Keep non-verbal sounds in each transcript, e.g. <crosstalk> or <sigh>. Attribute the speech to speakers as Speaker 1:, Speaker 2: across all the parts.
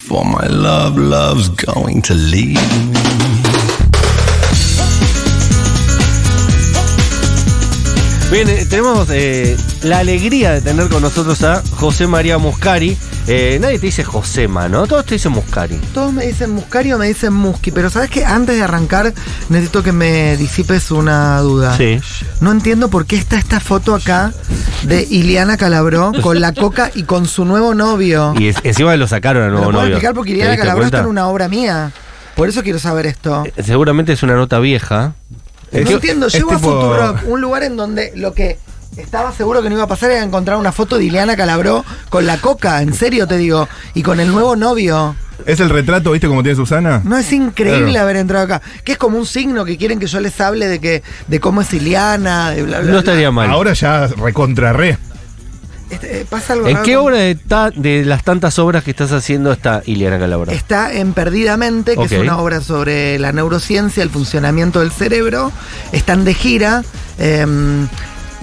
Speaker 1: for my love, love's going to leave me.
Speaker 2: Bien, eh, tenemos eh, la alegría de tener con nosotros a José María Muscari. Eh, nadie te dice Josema, ¿no? Todos te dicen Muscari.
Speaker 3: Todos me dicen Muscari o me dicen Musqui, pero sabes que antes de arrancar necesito que me disipes una duda.
Speaker 2: Sí.
Speaker 3: No entiendo por qué está esta foto acá de Iliana Calabró con la coca y con su nuevo novio.
Speaker 2: Y es- encima lo sacaron al
Speaker 3: ¿Me lo
Speaker 2: nuevo
Speaker 3: puedo
Speaker 2: novio.
Speaker 3: explicar? Porque
Speaker 2: ¿Te
Speaker 3: Iliana
Speaker 2: diste
Speaker 3: Calabró
Speaker 2: cuenta?
Speaker 3: está en una obra mía. Por eso quiero saber esto.
Speaker 2: Eh, Seguramente es una nota vieja.
Speaker 3: No
Speaker 4: Es-
Speaker 3: entiendo,
Speaker 4: es
Speaker 3: llego a
Speaker 4: tipo-
Speaker 3: Futurock, un lugar en donde lo que estaba seguro que no iba a pasar era encontrar una foto de Ileana Calabró con la coca, en serio te digo, y con el nuevo novio.
Speaker 4: Es el retrato, ¿viste cómo tiene Susana?
Speaker 3: No es increíble
Speaker 4: Claro.
Speaker 3: haber entrado acá, que es como un signo que quieren que yo les hable de que de cómo es Ileana, de bla bla.
Speaker 2: No
Speaker 3: bla.
Speaker 2: estaría mal.
Speaker 4: Ahora ya recontrarre.
Speaker 3: Este, eh, pasa algo
Speaker 2: ¿En
Speaker 3: raro
Speaker 2: qué
Speaker 3: con-
Speaker 2: obra de, ta- de las tantas obras que estás haciendo está Iliana Calabro?
Speaker 3: Está en Perdidamente, que
Speaker 2: Ok.
Speaker 3: es una obra sobre la neurociencia, el funcionamiento del cerebro. Están de gira. em,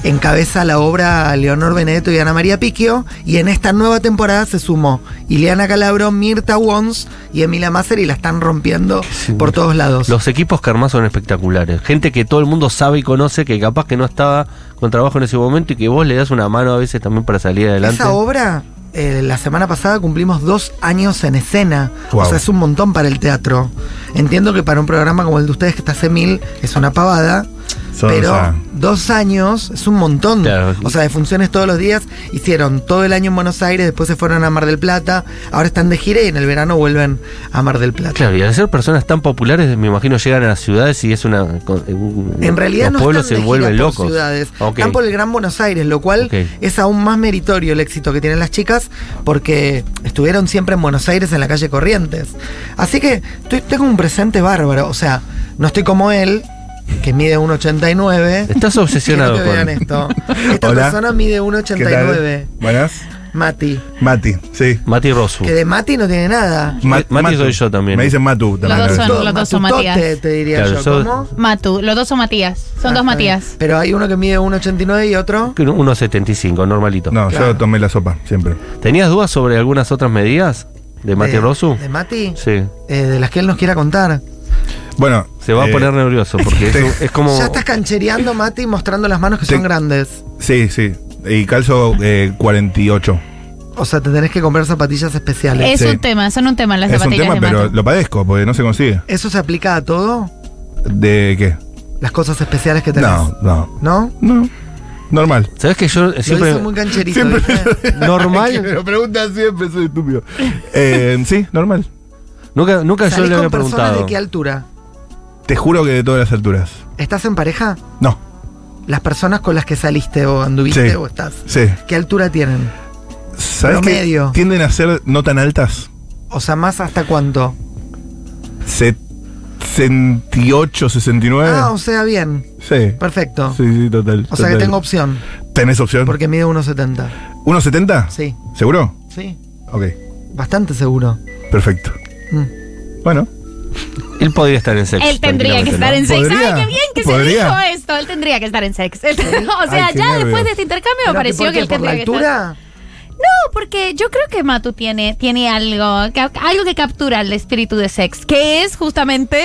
Speaker 3: encabeza la obra Leonor Benedetto y Ana María Piquio. Y en esta nueva temporada se sumó Ileana Calabro, Mirta Wons y Emilia Masser y la están rompiendo por todos lados.
Speaker 2: Los equipos que armás son espectaculares. Gente que todo el mundo sabe y conoce, que capaz que no estaba con trabajo en ese momento y que vos le das una mano a veces también para salir adelante.
Speaker 3: Esa obra, eh, la semana pasada cumplimos dos años en escena.
Speaker 4: Wow.
Speaker 3: O sea, es un montón para el teatro. Entiendo que para un programa como el de ustedes, que está hace mil, es una pavada.
Speaker 4: Son,
Speaker 3: pero
Speaker 4: o sea-
Speaker 3: dos años es un montón.
Speaker 2: Claro.
Speaker 3: O sea, de funciones todos los días. Hicieron todo el año en Buenos Aires, después se fueron a Mar del Plata. Ahora están de gira y en el verano vuelven a Mar del Plata.
Speaker 2: Ah, Claro, y al ser personas tan populares, me imagino llegan a las ciudades y es una. con- eh, un-
Speaker 3: En realidad
Speaker 2: los
Speaker 3: no
Speaker 2: pueblos
Speaker 3: están de
Speaker 2: se
Speaker 3: gira
Speaker 2: vuelven
Speaker 3: por
Speaker 2: locos.
Speaker 3: ciudades,
Speaker 2: Ok.
Speaker 3: están por el Gran Buenos Aires, lo cual
Speaker 2: Ok.
Speaker 3: es aún más meritorio el éxito que tienen las chicas porque estuvieron siempre en Buenos Aires en la calle Corrientes. Así que estoy- tengo un presente bárbaro, o sea, no estoy como él que mide 1.89.
Speaker 2: Estás obsesionado
Speaker 3: <laughs> Quiero que
Speaker 2: con-
Speaker 3: vean esto. Esta
Speaker 4: Hola.
Speaker 3: persona mide
Speaker 4: ¿Qué tal?
Speaker 3: 1.89.
Speaker 4: Buenas.
Speaker 3: Mati,
Speaker 4: Mati, sí.
Speaker 2: Mati Rosu.
Speaker 3: que de Mati no tiene nada.
Speaker 4: Ma-
Speaker 2: Mati soy yo también.
Speaker 4: Me dicen Matu también.
Speaker 5: dos
Speaker 4: a veces.
Speaker 5: son- los dos son
Speaker 3: Matutote,
Speaker 5: Matías.
Speaker 3: te diría
Speaker 2: Claro,
Speaker 3: yo.
Speaker 2: yo-
Speaker 3: ¿Cómo?
Speaker 5: Matu, los dos son Matías. Son dos
Speaker 3: Ah,
Speaker 5: Matías.
Speaker 3: Pero hay uno que mide 1.89 y otro.
Speaker 2: Que uno- 1,75, normalito.
Speaker 4: No,
Speaker 3: Claro.
Speaker 4: yo tomé la sopa, siempre.
Speaker 2: ¿Tenías dudas sobre algunas otras medidas de Mati
Speaker 3: de-
Speaker 2: Rosu?
Speaker 3: Eh, De Mati.
Speaker 2: Sí.
Speaker 3: eh, de las que él nos quiera contar.
Speaker 4: Bueno.
Speaker 2: Se va
Speaker 4: eh,
Speaker 2: a poner nervioso
Speaker 4: <laughs>
Speaker 2: porque es,
Speaker 4: te-
Speaker 2: un- es como.
Speaker 3: Ya estás canchereando, Mati, mostrando las manos que
Speaker 4: Te-
Speaker 3: son grandes.
Speaker 4: Sí, sí. Y calzo eh, 48.
Speaker 3: O sea, te tenés que comprar zapatillas especiales.
Speaker 5: Es
Speaker 4: Sí.
Speaker 5: un tema, son un tema las
Speaker 4: Es un
Speaker 5: zapatillas
Speaker 4: tema,
Speaker 5: de
Speaker 4: pero
Speaker 5: Matu.
Speaker 4: lo padezco, porque no se consigue.
Speaker 3: ¿Eso se aplica a todo?
Speaker 4: ¿De qué?
Speaker 3: Las cosas especiales que tenés.
Speaker 4: No, no.
Speaker 3: ¿No?
Speaker 4: No. Normal.
Speaker 2: ¿Sabes que yo
Speaker 3: Lo
Speaker 2: siempre.
Speaker 3: hizo muy cancherito,
Speaker 4: Siempre- <laughs>
Speaker 3: ¿viste?
Speaker 4: Es que me
Speaker 2: Normal.
Speaker 4: lo preguntan siempre, soy estúpido. Eh, sí, normal.
Speaker 2: Nunca, nunca yo
Speaker 3: ¿Salís
Speaker 2: le
Speaker 3: con
Speaker 2: había
Speaker 3: personas
Speaker 2: preguntado.
Speaker 3: de qué altura?
Speaker 4: Te juro que de todas las alturas.
Speaker 3: ¿Estás en pareja?
Speaker 4: No.
Speaker 3: Las personas con las que saliste o anduviste
Speaker 4: Sí.
Speaker 3: o estás.
Speaker 4: Sí.
Speaker 3: ¿Qué altura tienen?
Speaker 4: ¿Sabes
Speaker 3: Promedio.
Speaker 4: que tienden a ser no tan altas?
Speaker 3: O sea, más hasta cuánto.
Speaker 4: 68, 69.
Speaker 3: Ah, o sea, bien.
Speaker 4: sí.
Speaker 3: Perfecto.
Speaker 4: Sí, sí, total.
Speaker 3: O sea que
Speaker 4: total.
Speaker 3: tengo opción.
Speaker 4: ¿Tenés opción?
Speaker 3: Porque mide 1,70.
Speaker 4: ¿1.70?
Speaker 3: Sí,
Speaker 4: ¿Seguro?
Speaker 3: sí.
Speaker 4: Ok,
Speaker 3: Bastante seguro.
Speaker 4: perfecto.
Speaker 3: Mm.
Speaker 4: Bueno,
Speaker 2: Él podría estar en sexo.
Speaker 5: Él tendría que estar en sex.
Speaker 4: ¿Podría?
Speaker 5: ¡Ay, qué bien que
Speaker 4: ¿Podría?
Speaker 5: se dijo esto! Él tendría que estar en sex. <laughs> o sea,
Speaker 4: Ay, qué
Speaker 5: ya
Speaker 4: nervios.
Speaker 5: después de este intercambio me
Speaker 3: Pero,
Speaker 5: pareció
Speaker 3: ¿por qué?
Speaker 5: que él
Speaker 3: ¿Por la
Speaker 5: tendría que estar.
Speaker 3: altura?
Speaker 5: No, porque yo creo que Matu tiene, tiene algo, ca- algo que captura el espíritu de sex, que es justamente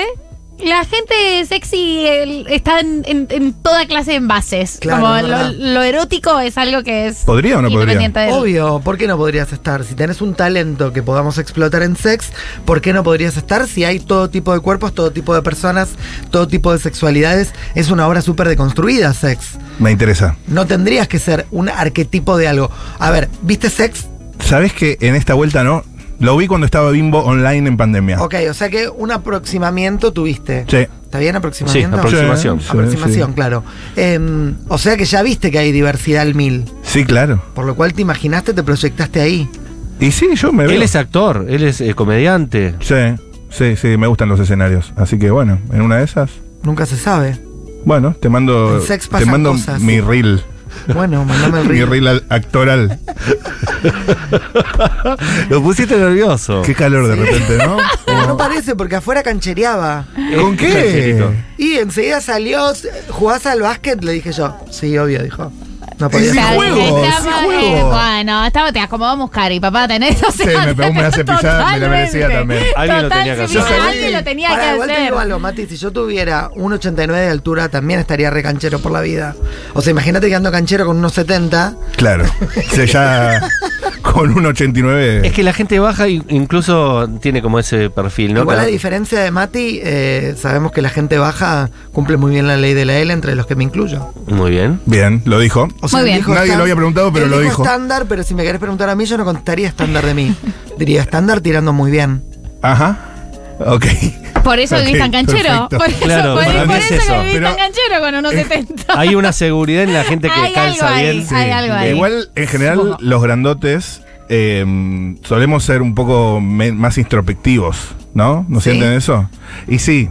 Speaker 5: la gente sexy el- está en, en- en toda clase de envases.
Speaker 3: Claro,
Speaker 5: Como
Speaker 3: es
Speaker 5: lo,
Speaker 3: verdad.
Speaker 5: lo erótico es algo que es
Speaker 4: ¿Podría o no podría?
Speaker 5: independiente de él.
Speaker 3: Obvio, ¿por qué no podrías estar? Si tenés un talento que podamos explotar en sex, ¿por qué no podrías estar? Si hay todo tipo de cuerpos, todo tipo de personas, todo tipo de sexualidades, es una obra súper deconstruida, sex.
Speaker 4: me interesa.
Speaker 3: No tendrías que ser un arquetipo de algo. A ver, ¿viste sex?
Speaker 4: ¿Sabés que en esta vuelta no? Lo vi cuando estaba Bimbo online en pandemia.
Speaker 3: Ok, o sea que un aproximamiento tuviste.
Speaker 4: Sí.
Speaker 3: ¿Está bien aproximamiento?
Speaker 2: Sí, Aproximación.
Speaker 4: Sí, sí,
Speaker 3: Aproximación,
Speaker 4: sí.
Speaker 3: claro. Em, o sea que ya viste que hay diversidad al mil,
Speaker 4: Sí, claro.
Speaker 3: por lo cual te imaginaste, te proyectaste ahí.
Speaker 4: Y sí, yo me veo.
Speaker 2: Él es actor, él es eh,
Speaker 4: <laughs>
Speaker 2: comediante.
Speaker 4: Sí, sí, sí, me gustan los escenarios. Así que bueno, en una de esas.
Speaker 3: Nunca se sabe.
Speaker 4: Bueno, te mando.
Speaker 3: En sex
Speaker 4: te
Speaker 3: pasan
Speaker 4: mando
Speaker 3: cosas.
Speaker 4: mi reel.
Speaker 3: Bueno, mandame el
Speaker 4: <laughs> Mi
Speaker 3: ritmo.
Speaker 4: reel al- actoral.
Speaker 2: Lo pusiste nervioso.
Speaker 4: Qué calor de
Speaker 3: <laughs>
Speaker 4: repente, ¿no?
Speaker 3: Pero no parece porque afuera canchereaba.
Speaker 4: ¿Con qué?
Speaker 2: Tranquilito.
Speaker 3: Y enseguida salió, "S- ¿jugás al básquet? Le dije yo. Sí, obvio, dijo. No podía
Speaker 4: Sí,
Speaker 3: ser.
Speaker 5: sea,
Speaker 4: juego,
Speaker 5: estaba-
Speaker 4: sin juego.
Speaker 5: eh, bueno, estaba, te acomodamos, Cari, papá, tenés. O sea,
Speaker 4: Sí, me pegó una
Speaker 5: <laughs> tenés
Speaker 4: cepillada, me la merecía también.
Speaker 5: totalmente.
Speaker 2: Alguien lo tenía que
Speaker 5: Total, sí,
Speaker 2: hacer.
Speaker 5: mira, Alguien lo tenía
Speaker 3: Pará,
Speaker 5: que
Speaker 3: igual te
Speaker 5: hacer.
Speaker 3: digo algo, Mati, si yo tuviera un 89 de altura, también estaría recanchero por la vida. O sea, imagínate que ando canchero con unos 70. <laughs>
Speaker 4: Claro. Se ya con un 89.
Speaker 2: Es que la gente baja y incluso tiene como ese perfil, ¿no?
Speaker 3: Igual
Speaker 2: Cada-
Speaker 3: a diferencia de Mati, eh, sabemos que la gente baja cumple muy bien la ley de la L, entre los que me incluyo.
Speaker 2: Muy bien.
Speaker 4: Bien, lo dijo.
Speaker 3: O sea,
Speaker 5: Muy
Speaker 3: él
Speaker 5: bien.
Speaker 4: Nadie
Speaker 3: estan-
Speaker 4: lo había preguntado, pero
Speaker 3: él
Speaker 4: lo dijo.
Speaker 3: estándar, pero si me querés preguntar a mí, yo no contestaría estándar de mí. Diría estándar tirando muy bien.
Speaker 4: Ajá. Ok.
Speaker 5: Por eso
Speaker 4: Ok,
Speaker 5: vivís tan canchero.
Speaker 4: perfecto.
Speaker 5: Por eso,
Speaker 2: Claro,
Speaker 5: por,
Speaker 2: para
Speaker 5: por
Speaker 2: mí es
Speaker 5: eso,
Speaker 2: eso.
Speaker 5: que vivís tan
Speaker 4: Pero- eh,
Speaker 5: canchero con unos 70.
Speaker 4: <laughs>
Speaker 2: Hay una seguridad en la gente que
Speaker 5: Hay
Speaker 2: calza
Speaker 5: algo ahí,
Speaker 2: bien.
Speaker 5: hay algo ahí.
Speaker 4: Igual, en general,
Speaker 5: Supongo.
Speaker 4: los grandotes eh, solemos ser un poco me- más introspectivos, ¿no? ¿No
Speaker 3: Sí.
Speaker 4: sienten eso? Y sí,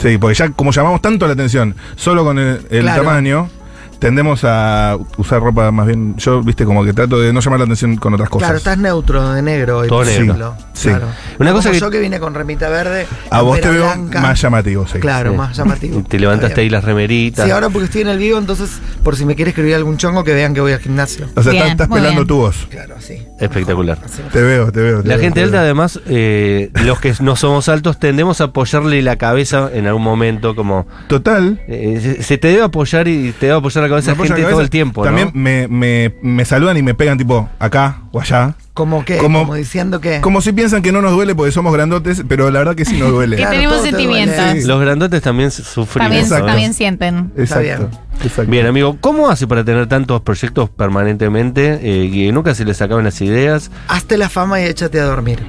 Speaker 4: sí, porque ya como llamamos tanto la atención, solo con el, el
Speaker 3: Claro.
Speaker 4: tamaño, tendemos a usar ropa más bien. Yo, viste, como que trato de no llamar la atención con otras cosas.
Speaker 3: Claro, estás neutro de negro hoy,
Speaker 2: Todo
Speaker 3: por
Speaker 2: negro.
Speaker 3: ejemplo.
Speaker 4: Sí.
Speaker 3: Claro.
Speaker 2: Una cosa
Speaker 3: Como
Speaker 2: que-
Speaker 3: yo que vine con remita verde.
Speaker 4: a vos te
Speaker 3: campera
Speaker 4: veo
Speaker 3: blanca.
Speaker 4: más llamativo, sí.
Speaker 3: Claro, más llamativo.
Speaker 2: <laughs> Te levantaste ahí las remeritas.
Speaker 3: Sí, ahora porque estoy en el vivo, entonces por si me quiere escribir algún chongo que vean que voy al gimnasio.
Speaker 4: O sea,
Speaker 5: Bien,
Speaker 4: estás, estás
Speaker 5: muy
Speaker 4: pelando
Speaker 5: bien.
Speaker 4: tu voz.
Speaker 3: Claro, sí.
Speaker 2: Espectacular.
Speaker 4: Te veo, te veo. te
Speaker 2: La
Speaker 4: veo,
Speaker 2: gente
Speaker 4: te
Speaker 2: alta,
Speaker 4: veo.
Speaker 2: además, eh, los que no somos altos, tendemos a apoyarle la cabeza en algún momento, como.
Speaker 4: Total.
Speaker 2: eh, se, se te debe apoyar y te debe apoyar la cabeza
Speaker 4: me apoyo la
Speaker 2: gente todo
Speaker 4: cabeza.
Speaker 2: el tiempo, ¿no?
Speaker 4: También me, me, me saludan y me pegan tipo acá o allá.
Speaker 3: Como que,
Speaker 4: Como-
Speaker 3: como, diciendo que.
Speaker 4: Como si piensan que no nos duele porque somos grandotes, pero la verdad que sí nos duele.
Speaker 3: <laughs>
Speaker 5: Que
Speaker 3: Claro,
Speaker 5: tenemos
Speaker 3: todo te duele.
Speaker 5: sentimientos.
Speaker 2: Los grandotes también su- sufren.
Speaker 5: También,
Speaker 2: eso, ¿no?
Speaker 5: también sienten.
Speaker 3: Está
Speaker 4: Exacto. exacto.
Speaker 2: Bien, amigo, ¿cómo hace para tener tantos proyectos permanentemente eh, que nunca se les acaban las ideas?
Speaker 3: Hazte la fama y échate a dormir.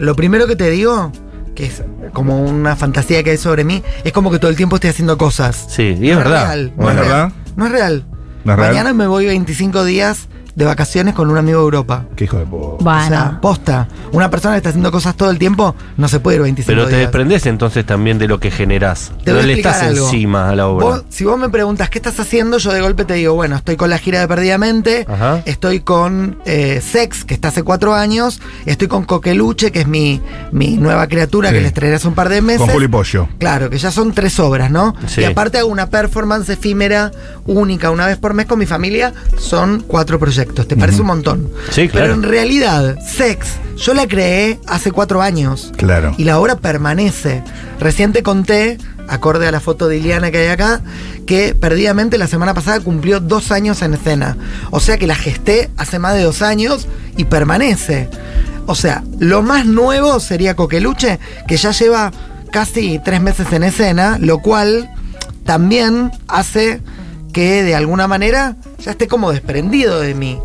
Speaker 3: Lo primero que te digo, que es como una fantasía que hay sobre mí, es como que todo el tiempo estoy haciendo cosas.
Speaker 2: Sí, y es
Speaker 3: No
Speaker 2: verdad.
Speaker 3: Ah, real,
Speaker 4: ¿No es
Speaker 3: real,
Speaker 4: verdad?
Speaker 3: No es real.
Speaker 4: ¿No es real?
Speaker 3: Mañana me voy 25 días de vacaciones con un amigo de Europa.
Speaker 4: Qué hijo de po-
Speaker 3: O sea,
Speaker 5: Bueno.
Speaker 3: posta. Una persona que está haciendo cosas todo el tiempo no se puede ir 25
Speaker 2: Pero te
Speaker 3: días.
Speaker 2: desprendes entonces también de lo que generás.
Speaker 3: Te
Speaker 2: no
Speaker 3: voy a
Speaker 2: le
Speaker 3: explicar
Speaker 2: estás
Speaker 3: algo.
Speaker 2: encima a la obra.
Speaker 3: Vos- si vos me preguntas qué estás haciendo, yo de golpe te digo, bueno, estoy con la gira de Perdidamente,
Speaker 2: Ajá.
Speaker 3: estoy con eh, Sex, que está hace cuatro años, estoy con Coqueluche, que es mi, mi nueva criatura,
Speaker 4: Sí.
Speaker 3: que les traeré hace un par de meses.
Speaker 4: Con Juli Pollo.
Speaker 3: Claro, que ya son tres obras, ¿no?
Speaker 2: Sí.
Speaker 3: Y aparte hago una performance efímera única una vez por mes con mi familia. Son cuatro proyectos. ¿Te parece un montón?
Speaker 2: Sí, claro.
Speaker 3: Pero en realidad, Sex, yo la creé hace cuatro años.
Speaker 4: Claro.
Speaker 3: Y la obra permanece. Recién te conté, acorde a la foto de Iliana que hay acá, que perdidamente la semana pasada cumplió dos años en escena. O sea que la gesté hace más de dos años y permanece. O sea, lo más nuevo sería Coqueluche, que ya lleva casi tres meses en escena, lo cual también hace que de alguna manera ya esté como desprendido de mí.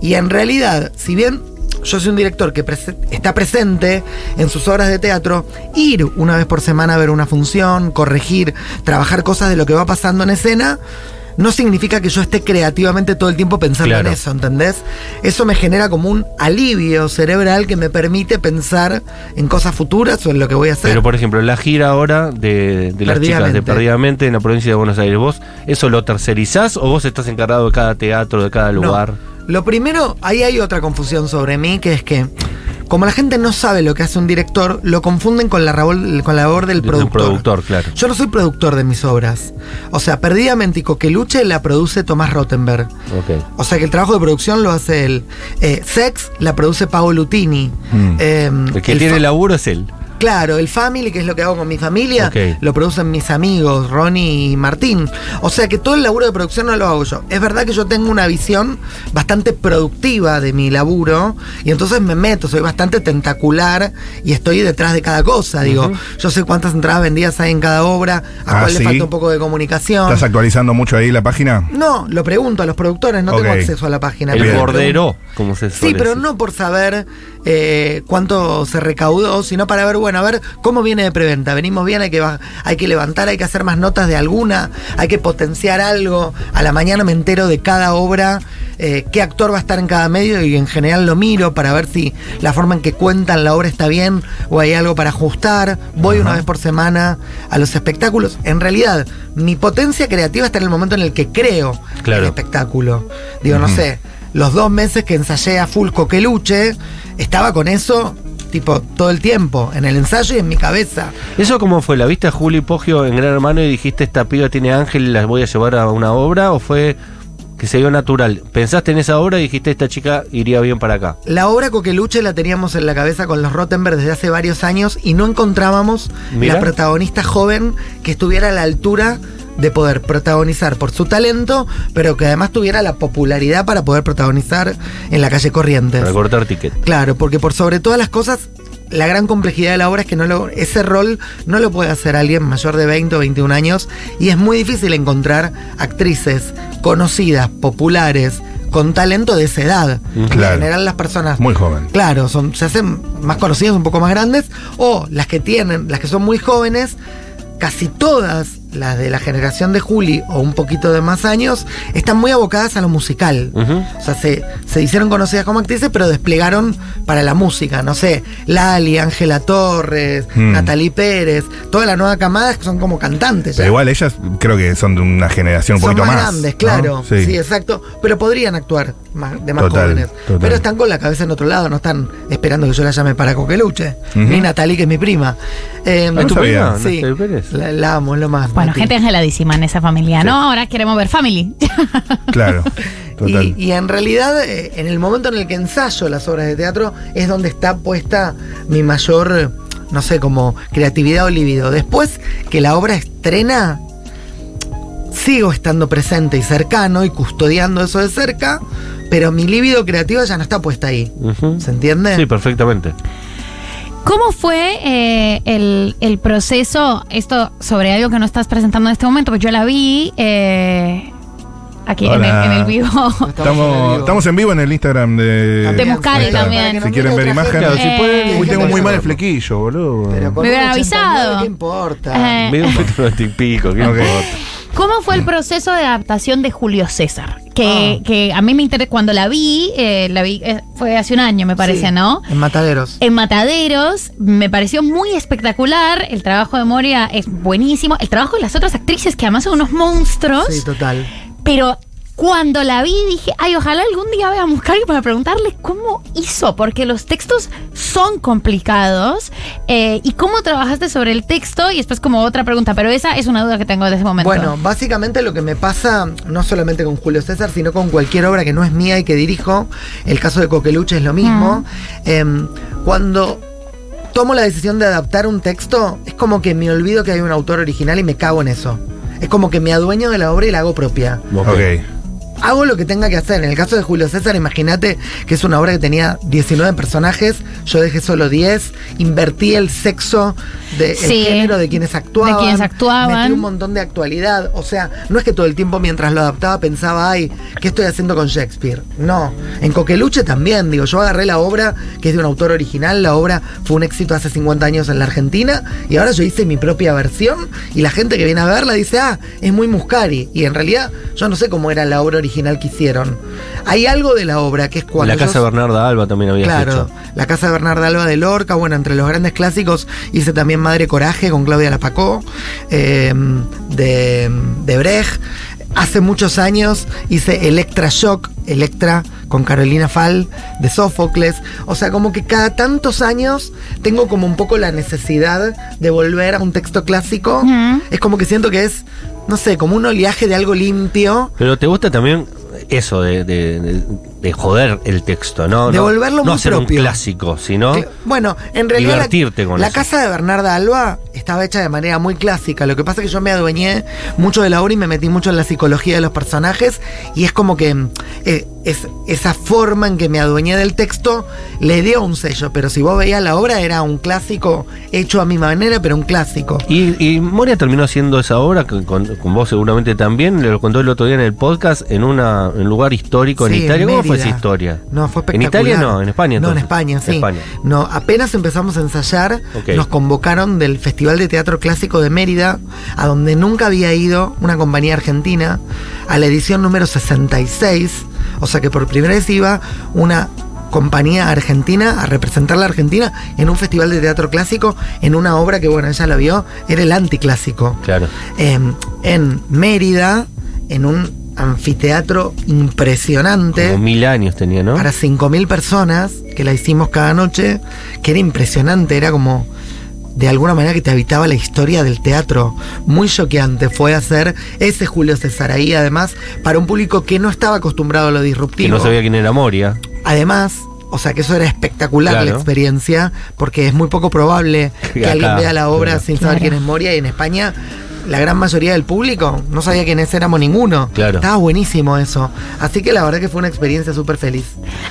Speaker 3: Y en realidad, si bien yo soy un director que prese- está presente en sus obras de teatro, ir una vez por semana a ver una función, corregir, trabajar cosas de lo que va pasando en escena, no significa que yo esté creativamente todo el tiempo pensando
Speaker 2: Claro.
Speaker 3: en eso, ¿entendés? Eso me genera como un alivio cerebral que me permite pensar en cosas futuras o en lo que voy a hacer.
Speaker 2: Pero, por ejemplo, la gira ahora de, de las chicas de
Speaker 3: Perdidamente.
Speaker 2: Perdidamente en la provincia de Buenos Aires, ¿vos eso lo tercerizás o vos estás encargado de cada teatro, de cada
Speaker 3: No.
Speaker 2: lugar?
Speaker 3: Lo primero, ahí hay otra confusión sobre mí, que es que como la gente no sabe lo que hace un director, lo confunden con la, rabol- con la labor del
Speaker 2: De un
Speaker 3: productor.
Speaker 2: productor, claro.
Speaker 3: Yo no soy productor de mis obras. O sea, Perdidamente y Coqueluche la produce Tomás Rottenberg.
Speaker 2: Ok.
Speaker 3: O sea que el trabajo de producción lo hace él. Eh, Sex la produce Paolo Lutini.
Speaker 4: Mm.
Speaker 3: Eh,
Speaker 2: El que
Speaker 3: el
Speaker 2: tiene
Speaker 3: fa-
Speaker 2: laburo es él.
Speaker 3: Claro, el family, que es lo que hago con mi familia,
Speaker 2: Ok.
Speaker 3: lo producen mis amigos, Ronnie y Martín. O sea que todo el laburo de producción no lo hago yo. Es verdad que yo tengo una visión bastante productiva de mi laburo y entonces me meto, soy bastante tentacular y estoy detrás de cada cosa. Digo, yo sé cuántas entradas vendidas hay en cada obra, a
Speaker 4: Ah,
Speaker 3: cuál
Speaker 4: ¿sí?
Speaker 3: le falta un poco de comunicación.
Speaker 4: ¿Estás actualizando mucho ahí la página?
Speaker 3: No, lo pregunto a los productores, no
Speaker 4: Ok.
Speaker 3: tengo acceso a la página.
Speaker 2: El
Speaker 3: pero
Speaker 4: Bien.
Speaker 3: lo pregunto.
Speaker 2: bordero, como se suele
Speaker 3: Sí, pero
Speaker 2: decir.
Speaker 3: no por saber eh, cuánto se recaudó, sino para ver, bueno, a ver cómo viene de preventa. Venimos bien, hay que, baj- hay que levantar, hay que hacer más notas de alguna, hay que potenciar algo. A la mañana me entero de cada obra, eh, qué actor va a estar en cada medio y en general lo miro para ver si la forma en que cuentan la obra está bien o hay algo para ajustar. Voy una vez por semana a los espectáculos. En realidad, mi potencia creativa está en el momento en el que creo Eh,
Speaker 2: Claro.
Speaker 3: el espectáculo. Digo, no sé, los dos meses que ensayé a full coqueluche, estaba con eso, tipo, todo el tiempo, en el ensayo y en mi cabeza.
Speaker 2: ¿Eso cómo fue? ¿La viste a Juli Poggio en Gran Hermano y dijiste esta piba tiene ángel y las voy a llevar a una obra? ¿O fue que se vio natural. Pensaste en esa obra y dijiste, esta chica iría bien para acá.
Speaker 3: La obra Coqueluche la teníamos en la cabeza con los Rottenberg desde hace varios años y no encontrábamos
Speaker 2: Mirá.
Speaker 3: la protagonista joven que estuviera a la altura de poder protagonizar por su talento, pero que además tuviera la popularidad para poder protagonizar en la calle Corrientes.
Speaker 2: Para cortar ticket.
Speaker 3: Claro, porque por sobre todas las cosas, la gran complejidad de la obra es que no lo- ese rol no lo puede hacer alguien mayor de 20 o 21 años y es muy difícil encontrar actrices conocidas, populares, con talento de esa edad.
Speaker 4: Claro.
Speaker 3: En general las personas...
Speaker 4: Muy joven.
Speaker 3: Claro, son, se hacen más conocidas, un poco más grandes, o las que tienen, las que son muy jóvenes, casi todas las de la generación de Juli o un poquito de más años, están muy abocadas a lo musical.
Speaker 2: Ujú.
Speaker 3: O sea, se, se hicieron conocidas como actrices, pero desplegaron para la música. No sé, Lali, Ángela Torres,
Speaker 4: Mm.
Speaker 3: Natalie Pérez, toda la nueva camada que son como cantantes.
Speaker 4: Pero
Speaker 3: ya.
Speaker 4: igual ellas creo que son de una generación un
Speaker 3: Son
Speaker 4: poquito
Speaker 3: más,
Speaker 4: más.
Speaker 3: grandes,
Speaker 4: ¿no?
Speaker 3: claro.
Speaker 4: Sí.
Speaker 3: Sí. exacto. Pero podrían actuar más, de más
Speaker 4: Total,
Speaker 3: jóvenes.
Speaker 4: total.
Speaker 3: Pero están con la cabeza en otro lado, no están esperando que yo la llame para Coqueluche.
Speaker 4: Ujú.
Speaker 3: Ni Natalie, que es mi prima. Eh,
Speaker 4: no
Speaker 2: ¿Es tu
Speaker 4: sabía.
Speaker 2: prima?
Speaker 3: Sí,
Speaker 2: Natalie Pérez?
Speaker 3: la, la amo, es lo más.
Speaker 5: Bueno,
Speaker 3: Nati.
Speaker 5: gente angeladísima en esa familia,
Speaker 2: Sí.
Speaker 5: ¿no? Ahora queremos ver Family.
Speaker 4: Claro. Total.
Speaker 3: <laughs> Y, y en realidad, eh, en el momento en el que ensayo las obras de teatro, es donde está puesta mi mayor, eh, no sé, como creatividad o libido. Después que la obra estrena, sigo estando presente y cercano y custodiando eso de cerca, pero mi libido creativo ya no está puesta ahí.
Speaker 2: Ujú.
Speaker 3: ¿Se entiende?
Speaker 2: Sí, perfectamente.
Speaker 5: ¿Cómo fue eh, el, el proceso, esto sobre algo que no estás presentando en este momento, pues yo la vi eh, aquí en el,
Speaker 4: Hola.
Speaker 5: en el
Speaker 3: <laughs>
Speaker 5: vivo.
Speaker 4: Estamos, estamos en vivo en el Instagram de.
Speaker 5: Te buscaré
Speaker 4: Ahí está.
Speaker 5: también.
Speaker 4: Si quieren ver imagen.
Speaker 2: Claro,
Speaker 5: Eh,
Speaker 2: si pueden.
Speaker 4: Uy, tengo muy mal el
Speaker 2: flequillo.
Speaker 4: flequillo, boludo.
Speaker 5: Me hubieran avisado.
Speaker 3: ¿Qué importa?
Speaker 5: Eh,
Speaker 2: Medio un metro noventa y pico, ¿qué
Speaker 4: Ok.
Speaker 2: importa?
Speaker 5: ¿Cómo fue el proceso de adaptación de Julio César? Que,
Speaker 3: Ah.
Speaker 5: que a mí me interesa, cuando la vi, eh, la vi eh, fue hace un año me parece,
Speaker 3: Sí,
Speaker 5: ¿no?
Speaker 3: En Mataderos.
Speaker 5: En Mataderos me pareció muy espectacular, el trabajo de Moria es buenísimo, el trabajo de las otras actrices que además son unos monstruos,
Speaker 3: Sí, total.
Speaker 5: pero cuando la vi dije, ay, ojalá algún día vaya a Muscari para preguntarle cómo hizo, porque los textos son complicados eh, y cómo trabajaste sobre el texto y después como otra pregunta, pero esa es una duda que tengo de ese momento.
Speaker 3: Bueno, básicamente lo que me pasa, no solamente con Julio César, sino con cualquier obra que no es mía y que dirijo, el caso de Coqueluche es lo mismo, em, cuando tomo la decisión de adaptar un texto, es como que me olvido que hay un autor original y me cago en eso. Es como que me adueño de la obra y la hago propia
Speaker 4: Ok.
Speaker 3: hago lo que tenga que hacer. En el caso de Julio César, imagínate que es una obra que tenía 19 personajes, yo dejé solo 10, invertí el sexo, de,
Speaker 5: Sí.
Speaker 3: el género de quienes actuaban.
Speaker 5: De quienes actuaban.
Speaker 3: Metí un montón de actualidad. O sea, no es que todo el tiempo mientras lo adaptaba pensaba, ay, ¿qué estoy haciendo con Shakespeare? No. En Coqueluche también, digo, yo agarré la obra que es de un autor original, la obra fue un éxito hace 50 años en la Argentina y ahora yo hice mi propia versión y la gente que viene a verla dice, ah, es muy Muscari. Y en realidad yo no sé cómo era la obra original que hicieron. Hay algo de la obra que es cuando...
Speaker 2: La
Speaker 3: yo-
Speaker 2: casa de Bernarda Alba también había
Speaker 3: Claro,
Speaker 2: hecho.
Speaker 3: la casa de Bernarda Alba de Lorca, bueno, entre los grandes clásicos hice también Madre Coraje con Claudia Lapacó, eh, de, de Brecht. Hace muchos años hice Electra Shock, Electra con Carolina Fall, de Sófocles. O sea, como que cada tantos años tengo como un poco la necesidad de volver a un texto clásico.
Speaker 5: Ujú.
Speaker 3: Es como que siento que es, no sé, como un oleaje de algo limpio.
Speaker 2: Pero te gusta también eso de, de- de- de joder el texto, ¿no?
Speaker 3: De
Speaker 2: No-
Speaker 3: volverlo
Speaker 2: No
Speaker 3: muy
Speaker 2: hacer
Speaker 3: propio.
Speaker 2: un clásico, sino...
Speaker 3: Cl- Eh, Bueno, en realidad. la-
Speaker 2: Divertirte
Speaker 3: la,
Speaker 2: con eso.
Speaker 3: casa de Bernarda Alba estaba hecha de manera muy clásica. Lo que pasa es que yo me adueñé mucho de la obra y me metí mucho en la psicología de los personajes. Y es como que mm, eh, es, esa forma en que me adueñé del texto le dio un sello. Pero si vos veías la obra, era un clásico hecho a mi manera, pero un clásico.
Speaker 2: Y, y Moria terminó haciendo esa obra, con, con- con vos seguramente también, le lo contó el otro día en el podcast, en una, en un lugar histórico en
Speaker 3: Sí,
Speaker 2: Italia. ¿Cómo fue
Speaker 3: Mérida.
Speaker 2: esa historia?
Speaker 3: No, fue
Speaker 2: ¿En
Speaker 3: espectacular.
Speaker 2: Italia no? ¿En España?
Speaker 3: No, en
Speaker 2: entonces?
Speaker 3: España, sí.
Speaker 2: España.
Speaker 3: No, apenas empezamos a ensayar,
Speaker 2: Ok.
Speaker 3: nos convocaron del Festival de Teatro Clásico de Mérida, a donde nunca había ido una compañía argentina, a la edición número 66, o sea que por primera vez iba una compañía argentina a representar la Argentina en un festival de teatro clásico, en una obra que, bueno, ella la vio, era el anticlásico
Speaker 2: Claro.
Speaker 3: em, en Mérida, en un anfiteatro impresionante
Speaker 2: Como mil años tenía, ¿no?
Speaker 3: para 5.000 personas, que la hicimos cada noche, que era impresionante, era como de alguna manera que te habitaba la historia del teatro. Muy choqueante fue hacer ese Julio César ahí, además, para un público que no estaba acostumbrado a lo disruptivo.
Speaker 2: Que no sabía quién era Moria.
Speaker 3: Además, o sea que eso era espectacular
Speaker 2: Claro.
Speaker 3: la experiencia, porque es muy
Speaker 2: <laughs>
Speaker 3: poco probable que
Speaker 2: Acá,
Speaker 3: alguien vea la obra
Speaker 2: claro.
Speaker 3: sin saber quién es Moria y en España la gran mayoría del público no sabía quiénes éramos ninguno.
Speaker 2: Claro.
Speaker 3: Estaba buenísimo eso. Así que la verdad que fue una experiencia súper feliz.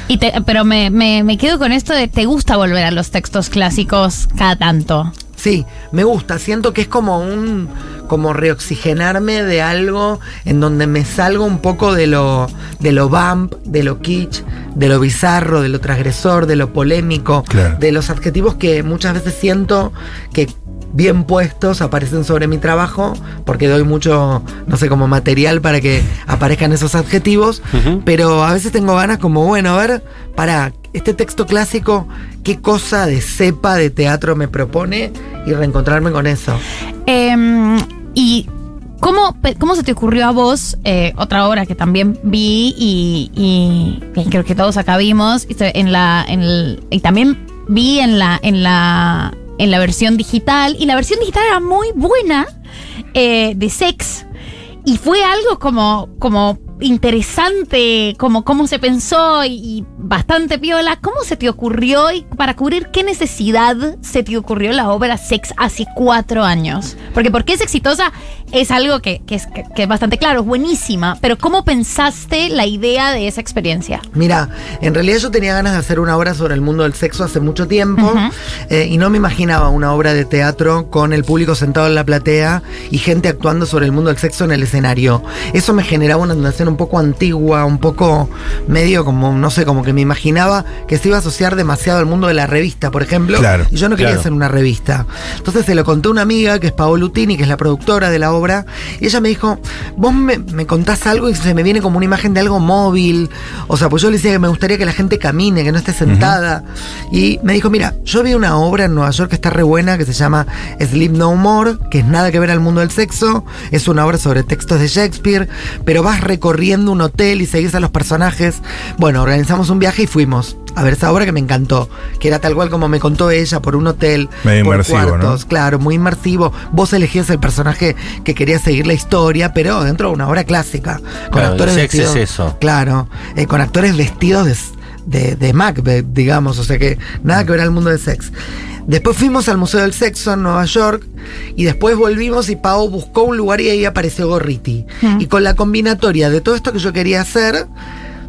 Speaker 5: Y te- pero me, me- me quedo con esto de te gusta volver a los textos clásicos cada tanto.
Speaker 3: Sí, me gusta. Siento que es como un. como reoxigenarme de algo en donde me salgo un poco de lo. de lo bump, de lo kitsch, de lo bizarro, de lo transgresor, de lo polémico,
Speaker 4: Claro.
Speaker 3: de los adjetivos que muchas veces siento que bien puestos aparecen sobre mi trabajo, porque doy mucho, no sé, como material para que aparezcan esos adjetivos,
Speaker 2: Ujú.
Speaker 3: pero a veces tengo ganas como, bueno, a ver, para este texto clásico, ¿qué cosa de cepa de teatro me propone? Y reencontrarme con eso.
Speaker 5: Em, ¿Y cómo, pe- cómo se te ocurrió a vos eh, otra obra que también vi y, y- y creo que todos acá vimos y, se- en la, en el- y también vi en la, en, la, en la versión digital y la versión digital era muy buena eh, de sex y fue algo como, como interesante, como cómo se pensó y, y bastante piola. ¿Cómo se te ocurrió y para cubrir qué necesidad se te ocurrió la obra Sex hace cuatro años? Porque por qué es exitosa es algo que, que es, que- que es bastante claro, es buenísima, pero ¿cómo pensaste la idea de esa experiencia?
Speaker 3: Mira, en realidad yo tenía ganas de hacer una obra sobre el mundo del sexo hace mucho tiempo
Speaker 5: Ujú.
Speaker 3: eh, y no me imaginaba una obra de teatro con el público sentado en la platea y gente actuando sobre el mundo del sexo en el escenario. Eso me generaba una sensación un poco antigua, un poco medio como, no sé, como que me imaginaba que se iba a asociar demasiado al mundo de la revista, por ejemplo.
Speaker 4: Claro,
Speaker 3: y yo no quería
Speaker 2: claro.
Speaker 3: hacer una revista. Entonces se lo conté a una amiga que es Paolutini, que es la productora de la obra, y ella me dijo, vos me, me contás algo y se me viene como una imagen de algo móvil. O sea, pues yo le decía que me gustaría que la gente camine, que no esté sentada. Y me dijo, mira, yo vi una obra en Nueva York que está re buena, que se llama Sleep No More, que es nada que ver al mundo del sexo, es una obra sobre textos de Shakespeare, pero vas recorriendo un hotel y seguís a los personajes. Bueno, organizamos un viaje y fuimos a ver esa obra que me encantó, que era tal cual como me contó ella, por un hotel,
Speaker 4: Medio
Speaker 3: por
Speaker 4: inmersivo, ¿no?
Speaker 3: cuartos, claro, muy inmersivo. Vos elegías el personaje que querías seguir la historia, pero dentro de una obra clásica, con
Speaker 2: Claro, el
Speaker 3: actores
Speaker 2: sex
Speaker 3: vestidos,
Speaker 2: es eso.
Speaker 3: claro, eh, con actores vestidos de, de, de Macbeth, digamos, o sea que nada que ver al mundo del sex. Después fuimos al Museo del Sexo en Nueva York y después volvimos y Pau buscó un lugar y ahí apareció Gorriti. Y con la combinatoria de todo esto que yo quería hacer,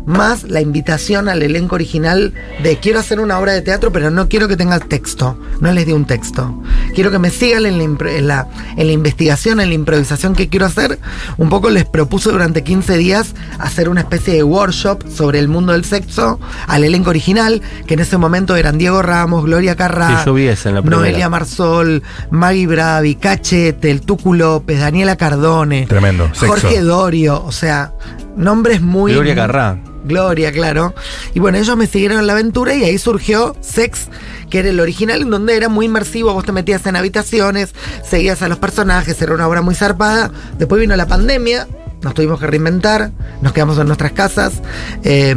Speaker 3: más la invitación al elenco original de quiero hacer una obra de teatro, pero no quiero que tenga texto, no les di un texto. Quiero que me sigan en la, impro- en la- en la investigación, en la improvisación que quiero hacer. Un poco les propuse durante 15 días hacer una especie de workshop sobre el mundo del sexo al elenco original, que en ese momento eran Diego Ramos, Gloria Carrá,
Speaker 2: Sí, yo vi esa en la primera.
Speaker 3: Noelia Marsol, Maggie Bravi, Cachete, El Tucu López, Daniela Cardone,
Speaker 4: Tremendo, sexo.
Speaker 3: Jorge Dorio, o sea, nombres muy...
Speaker 2: Gloria Carrá.
Speaker 3: Gloria, claro. Y bueno, ellos me siguieron en la aventura y ahí surgió Sex, que era el original, en donde era muy inmersivo, vos te metías en habitaciones, seguías a los personajes, era una obra muy zarpada. Después vino la pandemia, nos tuvimos que reinventar, nos quedamos en nuestras casas. eh,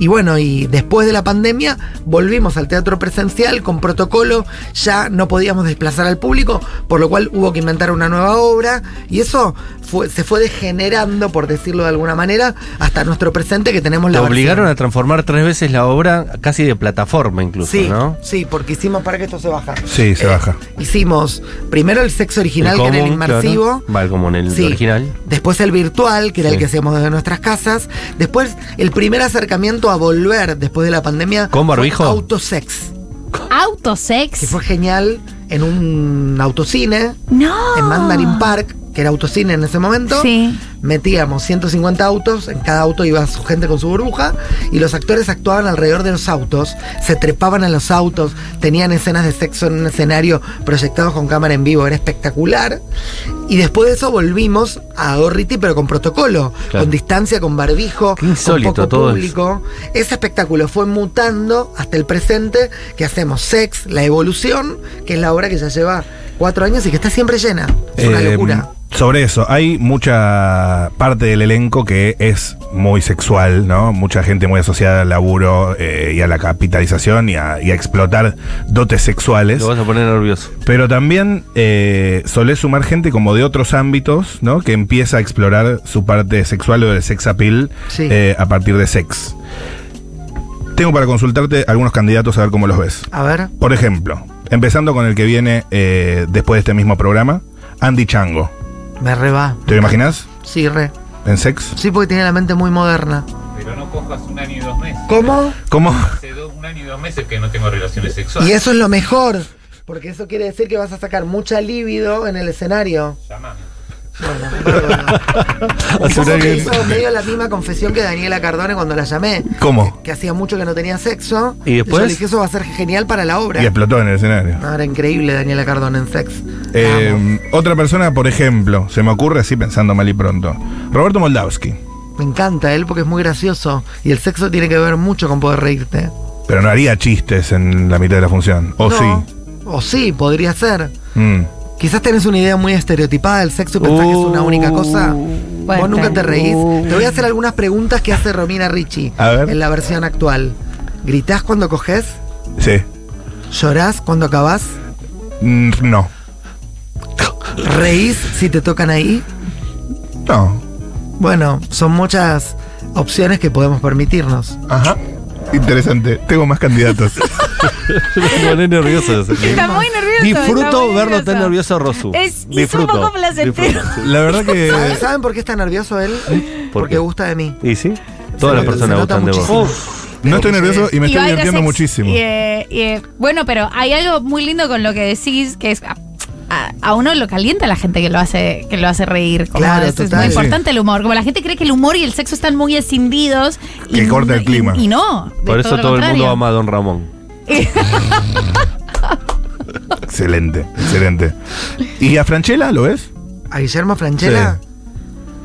Speaker 3: y bueno, y después de la pandemia volvimos al teatro presencial con protocolo, ya no podíamos desplazar al público, por lo cual hubo que inventar una nueva obra y eso fue- se fue degenerando, por decirlo de alguna manera, hasta nuestro presente que tenemos
Speaker 2: Te
Speaker 3: la
Speaker 2: obligaron a
Speaker 3: versión.
Speaker 2: transformar tres veces la obra, casi de plataforma incluso,
Speaker 3: Sí,
Speaker 2: ¿no?
Speaker 3: sí, porque hicimos para que esto se baja.
Speaker 4: Sí, se baja.
Speaker 3: Hicimos primero el sexo original,
Speaker 2: El
Speaker 3: que era el
Speaker 2: común, claro.
Speaker 3: inmersivo.
Speaker 2: Va como en el
Speaker 3: Sí.
Speaker 2: original.
Speaker 3: Después el virtual, que era el
Speaker 2: Sí.
Speaker 3: que hacíamos desde nuestras casas. Después el primer acercamiento a volver después de la pandemia.
Speaker 2: ¿Con barbijo?
Speaker 3: fue Autosex, que
Speaker 5: Autosex.
Speaker 3: fue genial en un autocine
Speaker 5: No.
Speaker 3: en Mandarin Park, que era autocine en ese momento.
Speaker 5: Ah. Sí.
Speaker 3: Metíamos 150 autos, en cada auto iba su gente con su burbuja y los actores actuaban alrededor de los autos, se trepaban a los autos, tenían escenas de sexo en un escenario proyectados con cámara en vivo, era espectacular. Y después de eso volvimos a Gorriti, pero con protocolo,
Speaker 2: Claro.
Speaker 3: con distancia, con barbijo,
Speaker 2: Qué insólito
Speaker 3: con poco
Speaker 2: todo
Speaker 3: público. Ese espectáculo fue mutando hasta el presente, que hacemos Sex, La Evolución, que es la obra que ya lleva cuatro años y que está siempre llena. Es una
Speaker 4: Eh,
Speaker 3: locura.
Speaker 4: Sobre eso, hay mucha parte del elenco que es muy sexual, ¿no? Mucha gente muy asociada al laburo eh, y a la capitalización y a, y a explotar dotes sexuales.
Speaker 2: Lo vas a poner nervioso.
Speaker 4: Pero también eh, solés sumar gente como de otros ámbitos, ¿no? Que empieza a explorar su parte sexual o del sex appeal
Speaker 3: Sí.
Speaker 4: eh, a partir de sex. Tengo para consultarte algunos candidatos a ver cómo los ves.
Speaker 3: A ver.
Speaker 4: Por ejemplo, empezando con el que viene eh, después de este mismo programa, Andy Chango.
Speaker 3: Me reba.
Speaker 4: ¿Te lo imaginas?
Speaker 3: Sí, re.
Speaker 4: ¿En sex?
Speaker 3: Sí, porque tiene la mente muy moderna.
Speaker 6: Pero no cojas un año y dos meses. <laughs>
Speaker 3: ¿Cómo?
Speaker 4: ¿Cómo?
Speaker 6: Hace dos- un año y dos meses que no tengo relaciones sexuales.
Speaker 3: Y eso es lo mejor. Porque eso quiere decir que vas a sacar mucha libido en el escenario.
Speaker 6: Llamame.
Speaker 3: Bueno, <laughs> bárbaro.
Speaker 4: <laughs>
Speaker 3: Un
Speaker 4: Hace
Speaker 3: poco
Speaker 4: un año
Speaker 3: que
Speaker 4: y-
Speaker 3: hizo medio la misma confesión que Daniela Cardone cuando la llamé.
Speaker 4: ¿Cómo?
Speaker 3: Que hacía mucho que no tenía sexo.
Speaker 2: ¿Y después?
Speaker 3: Yo le dije, eso va a ser genial para la obra.
Speaker 4: Y explotó en el escenario.
Speaker 3: No, era increíble Daniela Cardone en sex.
Speaker 4: Eh, otra persona, por ejemplo, se me ocurre así pensando mal y pronto. Roberto Moldavsky.
Speaker 3: Me encanta él porque es muy gracioso. Y el sexo tiene que ver mucho con poder reírte.
Speaker 4: Pero no haría chistes en la mitad de la función. O
Speaker 3: No.
Speaker 4: sí.
Speaker 3: O sí, podría ser.
Speaker 4: Mm.
Speaker 3: Quizás tenés una idea muy estereotipada del sexo y pensás que es una única cosa. Vos
Speaker 5: Puede
Speaker 3: nunca
Speaker 5: ser.
Speaker 3: te reís. Te voy a hacer algunas preguntas que hace Romina Ricci
Speaker 4: A ver.
Speaker 3: en la versión actual. ¿Gritás cuando coges?
Speaker 4: Sí.
Speaker 3: ¿Llorás cuando acabás?
Speaker 4: Mm, no.
Speaker 3: ¿Reís si te tocan ahí?
Speaker 4: No.
Speaker 3: Bueno, son muchas opciones que podemos permitirnos.
Speaker 4: Ajá. Interesante. Tengo más candidatos.
Speaker 2: Yo <laughs> me pone nervioso. ese.
Speaker 5: <laughs> Está muy nervioso. está
Speaker 2: Disfruto
Speaker 5: muy
Speaker 2: verlo tan nervioso a Rosu.
Speaker 5: Es- y es un
Speaker 2: Disfruto,
Speaker 5: poco placentero.
Speaker 2: disfruto, sí.
Speaker 4: La verdad que.
Speaker 3: ¿Saben- ¿Saben por qué está nervioso él?
Speaker 2: Eh. ¿Por
Speaker 3: Porque
Speaker 2: qué?
Speaker 3: gusta de mí.
Speaker 2: ¿Y sí? Todas las
Speaker 3: Se
Speaker 2: personas
Speaker 3: nota
Speaker 2: gustan de vos.
Speaker 3: muchísimo.
Speaker 4: No estoy nervioso y me
Speaker 5: Y
Speaker 4: estoy
Speaker 5: va a ir a
Speaker 4: divirtiendo
Speaker 5: sex.
Speaker 4: muchísimo.
Speaker 5: Y, eh, y, eh, bueno, pero hay algo muy lindo con lo que decís, que es a, a- a uno lo calienta la gente que lo hace, que lo hace reír. Como
Speaker 3: Claro,
Speaker 5: es, es
Speaker 3: total.
Speaker 5: muy
Speaker 4: Sí.
Speaker 5: importante el humor. Como la gente cree que el humor y el sexo están muy escindidos. y
Speaker 4: Que corta el
Speaker 5: no- y-
Speaker 4: clima.
Speaker 5: Y, no. de
Speaker 2: Por eso
Speaker 5: lo
Speaker 2: todo el mundo
Speaker 5: contrario.
Speaker 2: ama a Don Ramón.
Speaker 4: Excelente, excelente. ¿Y a Franchella lo ves?
Speaker 3: ¿A Guillermo Franchella?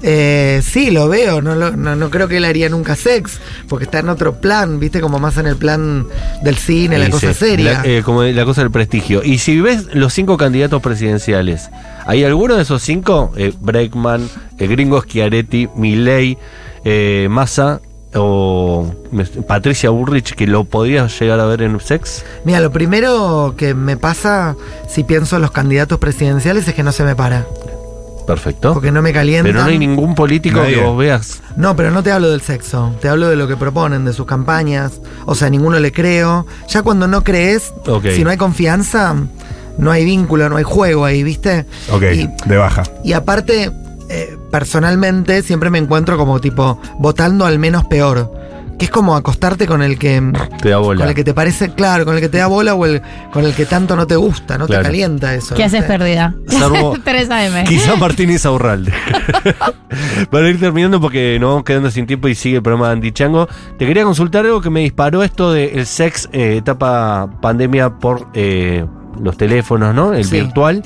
Speaker 3: Eh, sí, lo veo. No, lo- no, no creo que él haría nunca sex. Porque está en otro plan, ¿viste? Como más en el plan del cine, la
Speaker 2: Y
Speaker 3: cosa
Speaker 2: sí,
Speaker 3: seria.
Speaker 2: la- eh, como la cosa del prestigio. Y si ves los cinco candidatos presidenciales, ¿hay alguno de esos cinco? Eh, Breckman, eh, Gringo Schiaretti, Milei, eh, Massa o me- Patricia Burrich, que lo podías llegar a ver en Sex?
Speaker 3: Mira, lo primero que me pasa si pienso en los candidatos presidenciales es que no se me para.
Speaker 2: Perfecto.
Speaker 3: Porque no me calienta.
Speaker 2: Pero no hay ningún político
Speaker 4: Nadie.
Speaker 2: que vos veas.
Speaker 3: No, pero no te hablo del sexo, te hablo de lo que proponen, de sus campañas. O sea, ninguno le creo. Ya cuando no crees,
Speaker 2: Ok.
Speaker 3: si no hay confianza, no hay vínculo, no hay juego ahí, ¿viste?
Speaker 4: Ok,
Speaker 3: Y,
Speaker 4: de baja.
Speaker 3: y aparte, eh, personalmente, siempre me encuentro como tipo votando al menos peor. Que es como acostarte con el que.
Speaker 2: Te da bola.
Speaker 3: Con el que te parece, claro, con el que te da bola o el, con el que tanto no te gusta, no
Speaker 2: Claro.
Speaker 3: te calienta eso.
Speaker 5: ¿Qué
Speaker 3: ¿no?
Speaker 5: haces
Speaker 3: sé.
Speaker 5: perdida? <laughs>
Speaker 2: Salvo-
Speaker 5: 3 AM.
Speaker 2: Quizá Martín Isaurralde. Para ir terminando, porque nos vamos quedando sin tiempo y sigue el programa de Andy Chango. Te quería consultar algo que me disparó esto del sex eh, etapa pandemia por eh, los teléfonos, ¿no? El
Speaker 3: Sí.
Speaker 2: virtual.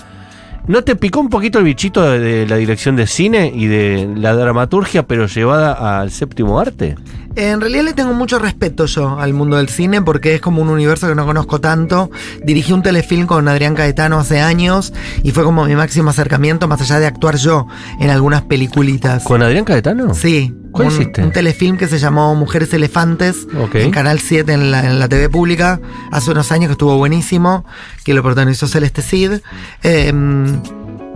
Speaker 2: ¿No te picó un poquito el bichito de, de la dirección de cine y de la dramaturgia, pero llevada al séptimo arte?
Speaker 3: En realidad le tengo mucho respeto yo al mundo del cine porque es como un universo que no conozco tanto. Dirigí un telefilm con Adrián Caetano hace años y fue como mi máximo acercamiento, más allá de actuar yo en algunas peliculitas.
Speaker 2: ¿Con Adrián Caetano?
Speaker 3: Sí.
Speaker 2: Ah. ¿Cuál
Speaker 3: un,
Speaker 2: hiciste?
Speaker 3: un telefilm que se llamó Mujeres Elefantes
Speaker 2: Ok.
Speaker 3: en Canal 7 en la, en la TV pública hace unos años que estuvo buenísimo, que lo protagonizó Celeste Cid. Eh,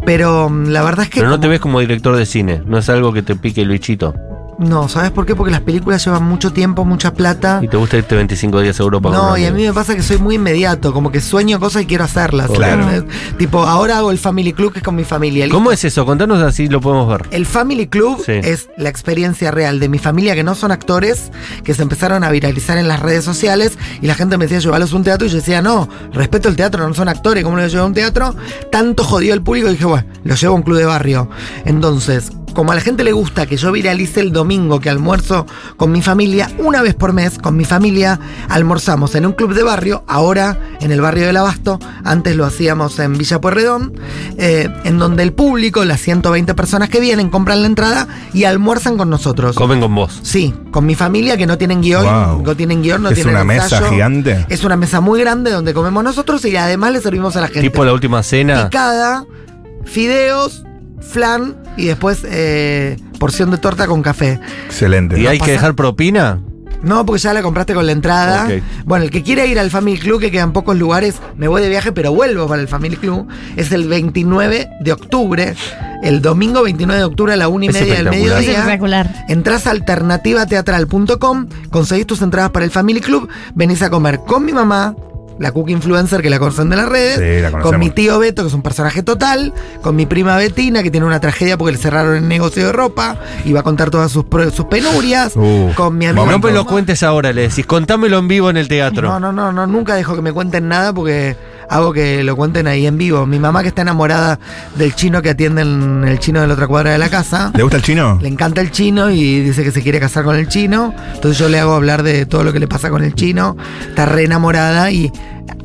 Speaker 3: pero mm, la verdad es que...
Speaker 2: Pero no te
Speaker 3: como-
Speaker 2: ves como director de cine, no es algo que te pique el bichito.
Speaker 3: no, ¿sabes por qué? Porque las películas llevan mucho tiempo, mucha plata.
Speaker 2: Y te gusta irte 25 días a Europa. con
Speaker 3: No,
Speaker 2: un
Speaker 3: y a
Speaker 2: amigo.
Speaker 3: mí me pasa que soy muy inmediato, como que sueño cosas y quiero hacerlas.
Speaker 4: Claro.
Speaker 3: ¿entendés? Tipo, ahora hago el Family Club que es con mi familia. ¿listo?
Speaker 2: ¿Cómo es eso? Contanos así lo podemos ver.
Speaker 3: El Family Club
Speaker 2: Sí.
Speaker 3: es la experiencia real de mi familia que no son actores, que se empezaron a viralizar en las redes sociales y la gente me decía, llevarlos a un teatro y yo decía, no, respeto el teatro, no son actores, ¿cómo lo llevo a un teatro? Tanto jodió el público y dije, bueno, lo llevo a un club de barrio. Entonces, como a la gente le gusta que yo viralice el domingo que almuerzo con mi familia, una vez por mes con mi familia almorzamos en un club de barrio, ahora en el barrio del Abasto, antes lo hacíamos en Villa Pueyrredón, eh, en donde el público, las 120 personas que vienen, compran la entrada y almuerzan con nosotros.
Speaker 2: Comen con vos.
Speaker 3: Sí, con mi familia que no tienen guión,
Speaker 4: Wow.
Speaker 3: no tienen guión, no
Speaker 4: ¿Es
Speaker 3: tienen
Speaker 4: una mesa
Speaker 3: ensayo.
Speaker 4: gigante?
Speaker 3: Es una mesa muy grande donde Este, comemos nosotros y además le servimos a la gente
Speaker 2: Tipo la última cena.
Speaker 3: picada, fideos, flan y después eh, porción de torta con café.
Speaker 4: Excelente.
Speaker 2: ¿Y hay que
Speaker 3: pasa-
Speaker 2: dejar propina?
Speaker 3: No, porque ya la compraste con la entrada.
Speaker 2: Ok.
Speaker 3: Bueno, el que quiere ir al Family Club, que quedan pocos lugares, me voy de viaje, pero vuelvo para el Family Club. Es el 29 de octubre, el domingo 29 de octubre a la una y
Speaker 4: Es
Speaker 3: media del
Speaker 4: espectacular.
Speaker 5: Es
Speaker 3: mediodía.
Speaker 5: espectacular.
Speaker 3: Entrás a alternativateatral.com, conseguís tus entradas para el Family Club, venís a comer con mi mamá, la cook influencer que la conocen de las redes,
Speaker 4: Sí, la
Speaker 3: con mi
Speaker 4: conocemos.
Speaker 3: tío Beto, que es un personaje total, con mi prima Betina, que tiene una tragedia porque le cerraron el negocio de ropa y va a contar todas sus, pro- sus penurias,
Speaker 4: Uh,
Speaker 3: con mi amigo.
Speaker 2: No me lo cuentes ahora, le decís. Contámelo en vivo en el teatro.
Speaker 3: No, no, no, no, nunca dejo que me cuenten nada porque hago que lo cuenten ahí en vivo. Mi mamá que está enamorada del chino que atiende en el chino de la otra cuadra de la casa.
Speaker 4: ¿Le gusta el chino?
Speaker 3: Le encanta el chino y dice que se quiere casar con el chino. Entonces yo le hago hablar de todo lo que le pasa con el chino. Está re enamorada y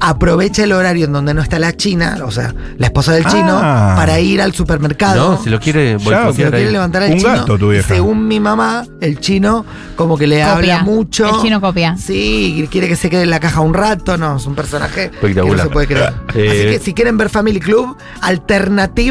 Speaker 3: aprovecha el horario en donde no está la china, o sea, la esposa del
Speaker 4: Ah.
Speaker 3: chino, para ir al supermercado.
Speaker 2: No, si lo quiere
Speaker 3: Se
Speaker 4: Ya,
Speaker 3: lo
Speaker 2: boicotear
Speaker 3: quiere
Speaker 2: ahí.
Speaker 3: levantar al
Speaker 4: Un
Speaker 3: chino.
Speaker 4: gato, tu
Speaker 3: y
Speaker 4: vieja.
Speaker 3: según mi mamá, el chino como que le
Speaker 5: Copia.
Speaker 3: habla mucho.
Speaker 5: El chino copia.
Speaker 3: Sí, y quiere que se quede en la caja un rato, no, es un personaje que
Speaker 2: Espectacular.
Speaker 3: no se puede creer.
Speaker 2: Eh,
Speaker 3: Así que si quieren ver Family Club,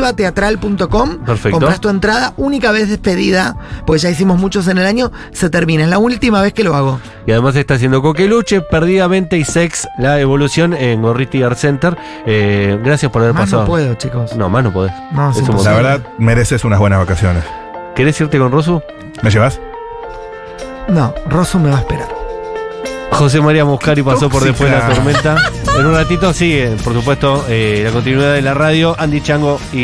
Speaker 3: alternativateatral.com,
Speaker 2: Perfecto.
Speaker 3: compras tu entrada, única vez despedida, porque ya hicimos muchos en el año, se termina, es la última vez que lo hago.
Speaker 2: Y además está haciendo coqueluche, perdidamente y sex, la evolución en Gorriti Art Center. Eh, gracias por haber
Speaker 3: Más
Speaker 2: pasado.
Speaker 3: no puedo, chicos.
Speaker 2: No, más no podés.
Speaker 3: No, es
Speaker 2: Es un
Speaker 3: imposible.
Speaker 4: La verdad, mereces unas buenas vacaciones.
Speaker 2: montón. ¿Querés irte con Rosu?
Speaker 4: ¿Me llevas?
Speaker 3: No, Rosu me va a esperar.
Speaker 2: José María Muscari pasó por después de la
Speaker 4: Tóxica.
Speaker 2: tormenta. En un ratito sigue, por supuesto, eh, la continuidad de la radio, Andy Chango y